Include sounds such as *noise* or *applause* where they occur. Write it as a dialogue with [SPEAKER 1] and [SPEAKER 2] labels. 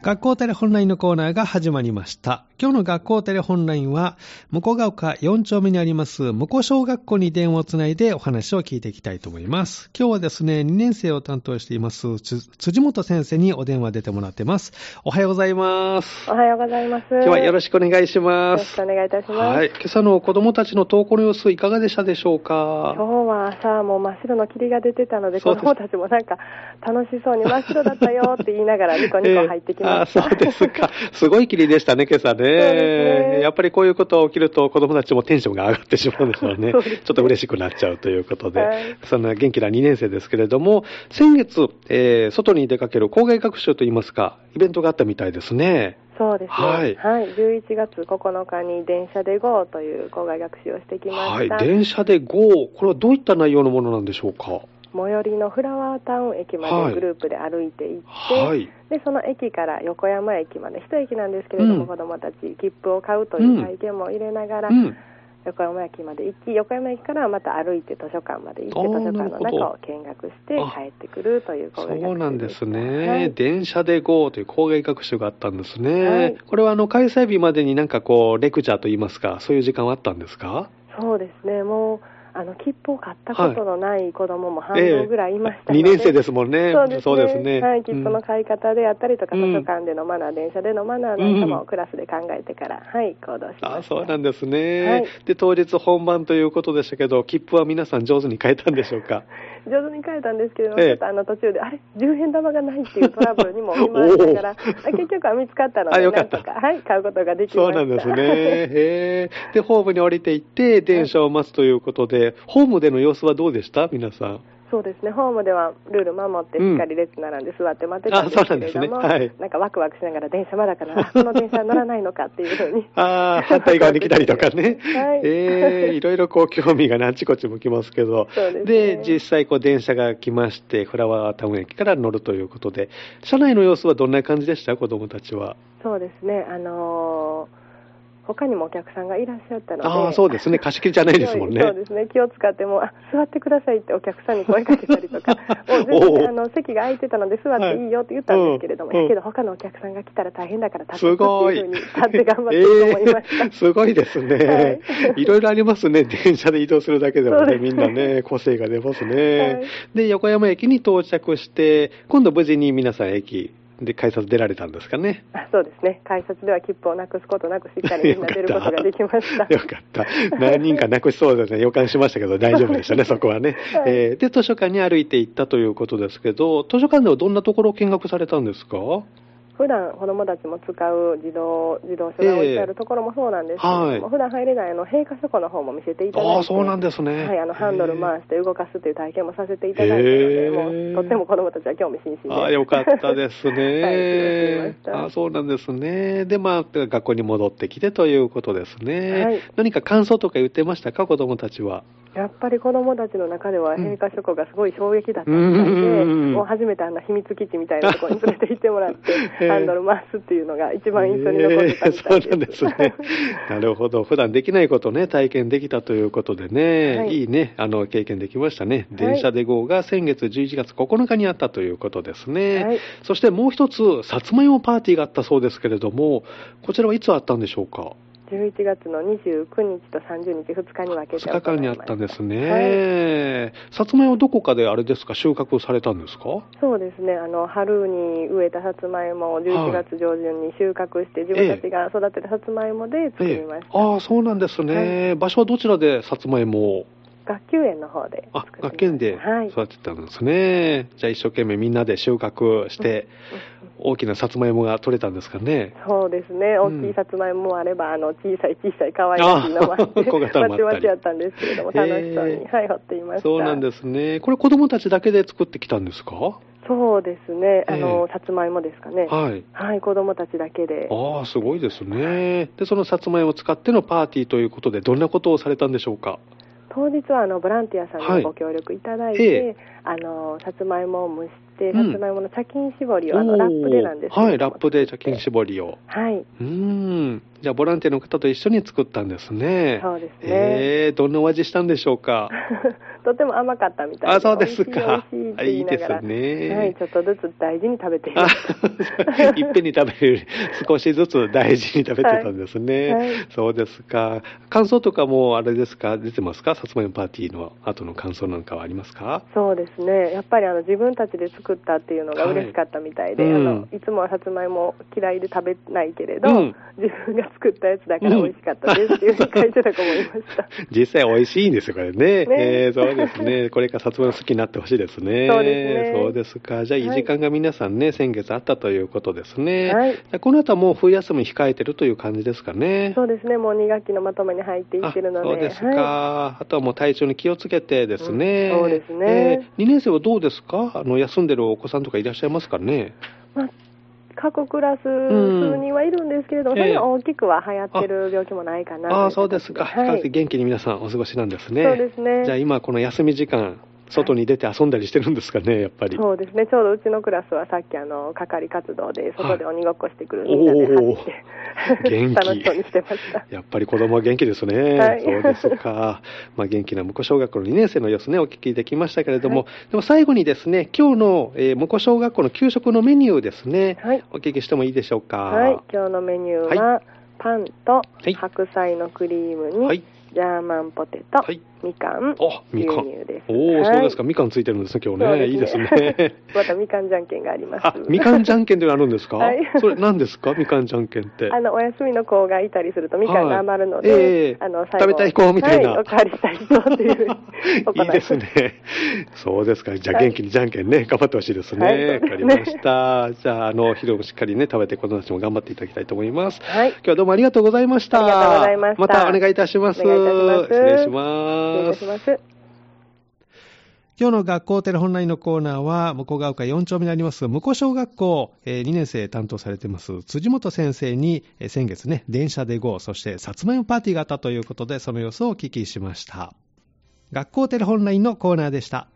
[SPEAKER 1] 学校テレホンラインのコーナーが始まりました。今日の学校テレホンラインは、向こうが丘4丁目にあります、向こう小学校に電話をつないでお話を聞いていきたいと思います。今日はですね、2年生を担当しています、辻本先生にお電話出てもらってます。おはようございます。
[SPEAKER 2] おはようございます。
[SPEAKER 1] 今日はよろしくお願いします。
[SPEAKER 2] よろしくお願いいたします。はい。
[SPEAKER 1] 今朝の子供たちの登校の様子いかがでしたでしょうか
[SPEAKER 2] 今日は朝、もう真っ白の霧が出てたので、子供たちもなんか楽しそうに真っ白だったよって言
[SPEAKER 1] *laughs*
[SPEAKER 2] いながらニコニコ入ってきました。えー
[SPEAKER 1] あそうですか。すごい霧でしたね、今朝ね。ねやっぱりこういうことが起きると、子供たちもテンションが上がってしまうんでしょうね。うねちょっと嬉しくなっちゃうということで、はい、そんな元気な2年生ですけれども、先月、えー、外に出かける校外学習といいますか、イベントがあったみたいですね。
[SPEAKER 2] そうですね。はい。はい、11月9日に電車で GO という校外学習をしてきました。
[SPEAKER 1] はい、電車で GO、これはどういった内容のものなんでしょうか。
[SPEAKER 2] 最寄りのフラワータウン駅までグループで歩いて行って、はい、でその駅から横山駅まで1駅なんですけれども、うん、子どもたち切符を買うという体験も入れながら、うん、横山駅まで行き横山駅からまた歩いて図書館まで行って図書館の中を見学して帰ってくるという
[SPEAKER 1] 校外学習そうなんですね、はい、電車で GO という校外学習があったんですね、はい、これはあの開催日までになんかこうレクチャーといいますかそういう時間はあったんですか
[SPEAKER 2] そうですねもうあの切符を買ったことのない子供も半分ぐらいいましたの、
[SPEAKER 1] ねはいえー、2年生ですもんね、
[SPEAKER 2] そうですね、すねはい、切符の買い方であったりとか、うん、図書館でのマナー、電車でのマナーなんかもクラスで考えてから、うん、はい、行動してあ
[SPEAKER 1] そうなんですね、はい、で当日本番ということでしたけど、切符は皆さん、上手に買えたんでしょうか。
[SPEAKER 2] 上手に書いたんですけれども、ええ、ちょっとあの途中で、あれ、10円玉がないっていうトラブルにも見舞いながら結局は見つかったので、なんとか、はい、買うことが *laughs* できま
[SPEAKER 1] したそうなんですね。へで、ホームに降りていって、電車を待つということで、はい、ホームでの様子はどうでした皆さん。
[SPEAKER 2] *laughs* そうですね、ホームではルール守って、しっかり列並んで座って待ってたんですけれども、うん、な,んねはい、なんかワクワクしながら、電車まだかな、この電車乗らないのかっていうふうに。
[SPEAKER 1] *laughs* ああ、反対側に来たりとかね、はい、
[SPEAKER 2] *laughs*
[SPEAKER 1] えー、いろいろこう興味がね、あちこち向きますけど、で、ね、実際、こう電車が来まして、フラワータウン駅から乗るということで、車内の様子はどんな感じでした、子どもたちは。
[SPEAKER 2] そうですね、あのー他にもお客さんがいらっしゃったので、
[SPEAKER 1] あそうですね、貸し切りじゃないですもんね。
[SPEAKER 2] そうですね、気を使っても、あ座ってくださいってお客さんに声かけたりと
[SPEAKER 1] *laughs*
[SPEAKER 2] か、もうあの席が空いてたので、座っていいよって言ったんですけれども、はい、うん、けど、他のお客さんが来たら大変だから、立ってっていうふうに、立って頑張ってと思いま
[SPEAKER 1] *laughs*
[SPEAKER 2] した。
[SPEAKER 1] すごいですね、はい、いろいろありますね、電車で移動するだけでもね、みんなね、個性が出ますね。はい、で、横山駅に到着して、今度、無事に皆さん、駅。で改札出られたんですかね
[SPEAKER 2] あそうですね、改札では切符をなくすことなく、しっかりみんな出ることができました
[SPEAKER 1] *laughs* よかった、何人かなくしそうですね、予感しましたけど、大丈夫で
[SPEAKER 2] *laughs*
[SPEAKER 1] したね、そこはね、はい、えー、で、図書館に歩いて行ったということですけど、図書館ではどんなところを見学されたんですか
[SPEAKER 2] 普段子どもたちも使う自動自動車が置いてあるところもそうなんですけど、えー、はい、普段入れないあの閉花書庫の方も見せていただいて
[SPEAKER 1] あそうなんですね、
[SPEAKER 2] はい、あのハンドル回して動かすという体験もさせていただいたので、えー、もうとっても子どもたちは興味津々で
[SPEAKER 1] あよかった
[SPEAKER 2] *laughs*
[SPEAKER 1] ですね、はい、あそうなんですねでまあ学校に戻ってきてということですね、はい、何か感想とか言ってましたか子どもたちは
[SPEAKER 2] やっぱり子どもたちの中では、閉花諸子がすごい衝撃だったみたいで、うん、もう初めてあんな秘密基地みたいなところに連れて行ってもらって、
[SPEAKER 1] *laughs*
[SPEAKER 2] えー、ハンドル回すっていうのが一番印象に残ってたみたいです。えー、そうなんです *laughs*
[SPEAKER 1] ね。なるほど。普段できないことをね、体験できたということでね、はい、い,いね、あの、経験できましたね。電車で号が先月11月9日にあったということですね。はい、そしてもう一つ、さつまいもパーティーがあったそうですけれども、こちらはいつあったんでしょうか
[SPEAKER 2] 11月の29日と30日、2日に分けて
[SPEAKER 1] 2日間にあったんですね、はい、さつまいもどこかであれですか、収穫されたんですか
[SPEAKER 2] そうですねあの、春に植えたさつまいもを11月上旬に収穫して、自分たちが育てたさつまいもで作りました、えええ、
[SPEAKER 1] ああそうなんですね、はい、場所はどちらでさつまいもを
[SPEAKER 2] 学級園の方で
[SPEAKER 1] あ学級園で育てたんですね、はい、じゃあ一生懸命みんなで収穫して、大きなさつまいもが取れたんですかね
[SPEAKER 2] そうですね大きいさつまいももあれば、うん、あの小さい小さい可愛いのもあってわちわちやったんですけれども楽しそうに、はい掘っていました
[SPEAKER 1] そうなんですねこれ子どもたちだけで作ってきたんですか
[SPEAKER 2] そうですね、あの、えー、さつまいもですかね、はい、はい、子供たちだけで。
[SPEAKER 1] ああ、すごいですね、でそのさつまいもを使ってのパーティーということで、どんなことをされたんでしょうか。
[SPEAKER 2] 当日はあのボランティアさんにご協力いただいて、はいええ、あのさつまいもを蒸して、うん、さつまいもの茶巾絞りをあのラップでなんですけ
[SPEAKER 1] はいラップで茶巾絞りを
[SPEAKER 2] はい *laughs*
[SPEAKER 1] うんじゃあボランティアの方と一緒に作ったんですね
[SPEAKER 2] そうですね
[SPEAKER 1] えー、どんなお味したんでしょうか
[SPEAKER 2] とても甘かったみたい
[SPEAKER 1] あ、そうですか。
[SPEAKER 2] 美味しい美味し
[SPEAKER 1] い
[SPEAKER 2] い
[SPEAKER 1] い
[SPEAKER 2] って
[SPEAKER 1] で
[SPEAKER 2] 言いな
[SPEAKER 1] す
[SPEAKER 2] がら
[SPEAKER 1] ね。
[SPEAKER 2] はい、ちょっとずつ大事に食べていま
[SPEAKER 1] あ
[SPEAKER 2] す。
[SPEAKER 1] *laughs* いっぺんに食べるより *laughs* 少しずつ大事に食べてたんですね、
[SPEAKER 2] はいはい
[SPEAKER 1] そうですか感想とかもあれですか出てますかさつまいもパーティーの後の感想なんかはありますか
[SPEAKER 2] *laughs* そうですねやっぱりあの自分たちで作ったっていうのが嬉しかったみたいで、
[SPEAKER 1] はい
[SPEAKER 2] い
[SPEAKER 1] うん
[SPEAKER 2] あのいつもはさつまいも嫌いで食べないけれど、
[SPEAKER 1] うん
[SPEAKER 2] 自分が作ったやつだから美味しかったで
[SPEAKER 1] *laughs*
[SPEAKER 2] すっていうふうに書いてた子もいました。
[SPEAKER 1] 実際美味しいんですよこれね
[SPEAKER 2] ね
[SPEAKER 1] えーそうですねこれからさつまいも好きになってほしいですね
[SPEAKER 2] そうですね
[SPEAKER 1] そうですかじゃあいい
[SPEAKER 2] はい
[SPEAKER 1] 時間が皆さんね、先月あったということですね、
[SPEAKER 2] はい
[SPEAKER 1] じゃあこの後はもう冬休み控えてるという感じですかね
[SPEAKER 2] *laughs* そうですね、もう2学期のまとめに入っていってるので、
[SPEAKER 1] あそうですか、
[SPEAKER 2] はい、
[SPEAKER 1] あとはもう体調に気をつけてですね、
[SPEAKER 2] うんそうですね
[SPEAKER 1] 2年生はどうですかあの休んでるお子さんとかいらっしゃいますかね
[SPEAKER 2] まあ、各クラス
[SPEAKER 1] ん
[SPEAKER 2] 数人はいるんですけれども、
[SPEAKER 1] ええ
[SPEAKER 2] そんな大きくは流行ってる病気もないかなとい
[SPEAKER 1] ああ
[SPEAKER 2] 形
[SPEAKER 1] そうですか、比
[SPEAKER 2] は
[SPEAKER 1] 較
[SPEAKER 2] い、
[SPEAKER 1] 的元気に皆さんお過ごしなんですね
[SPEAKER 2] そうですね
[SPEAKER 1] じゃあ今この休み時間外に出て遊んだりしてるんですかねやっぱり
[SPEAKER 2] そうですね、ちょうどうちのクラスはさっき、あの係活動で、外で鬼ごっこしてくる、
[SPEAKER 1] はい
[SPEAKER 2] みんなで
[SPEAKER 1] お
[SPEAKER 2] 走
[SPEAKER 1] お
[SPEAKER 2] って、
[SPEAKER 1] 元気
[SPEAKER 2] 楽しそうにしてました。
[SPEAKER 1] やっぱり子供は元気ですね。
[SPEAKER 2] はい
[SPEAKER 1] そうですか。まあ元気な向こう小学校の2年生の様子ね、お聞きできましたけれども、でも最後にですね、今日の、えー、向こう小学校の給食のメニューですね、
[SPEAKER 2] はい
[SPEAKER 1] お聞きしてもいいでしょうか。
[SPEAKER 2] はい、今日のメニューは、
[SPEAKER 1] は
[SPEAKER 2] パンと
[SPEAKER 1] い
[SPEAKER 2] 白菜のクリームに、
[SPEAKER 1] はい
[SPEAKER 2] ジャーマンポテト、
[SPEAKER 1] はい
[SPEAKER 2] みかん、
[SPEAKER 1] あ、みかん。
[SPEAKER 2] 牛乳です
[SPEAKER 1] おお、
[SPEAKER 2] はい
[SPEAKER 1] そうですか。みかんついてるんですね、今日
[SPEAKER 2] そう
[SPEAKER 1] ね。いいですね。
[SPEAKER 2] *laughs* またみかんじゃんけんがあります。
[SPEAKER 1] あ、みかんじゃんけんというのあるんですか、
[SPEAKER 2] はい
[SPEAKER 1] それ何ですかみかんじゃんけんって。
[SPEAKER 2] *laughs* あのお休みの子がいたりするとみかんが余るので、
[SPEAKER 1] はいええ
[SPEAKER 2] あの
[SPEAKER 1] 食べたい子みたいな
[SPEAKER 2] はい、おかわりしたい人っていうふうに
[SPEAKER 1] *laughs*
[SPEAKER 2] 行
[SPEAKER 1] いいです
[SPEAKER 2] ま
[SPEAKER 1] ね。そうですか。じゃあ
[SPEAKER 2] はい
[SPEAKER 1] 元気にじゃんけんね、頑張ってほしいですね。わ、
[SPEAKER 2] はいそうですね
[SPEAKER 1] かりました。じゃあ、あの、昼もしっかりね、食べて子供たちも頑張っていただきたいと思います。
[SPEAKER 2] はい
[SPEAKER 1] 今日はどうもありがとうございました。
[SPEAKER 2] ありがとうございました
[SPEAKER 1] たお願いいたします。
[SPEAKER 2] お願いいたします
[SPEAKER 1] 失礼し
[SPEAKER 2] 失礼
[SPEAKER 1] ま
[SPEAKER 2] いた
[SPEAKER 1] す
[SPEAKER 2] し。ます。
[SPEAKER 1] 今日の学校テレホンラインのコーナーは、向ヶ丘4丁目にあります、向小学校、え2年生担当されています、辻本先生に、えー先月ね、電車で GO、そしてさつまいもパーティーがあったということで、その様子をお聞きしました。学校テレホンラインのコーナーでした。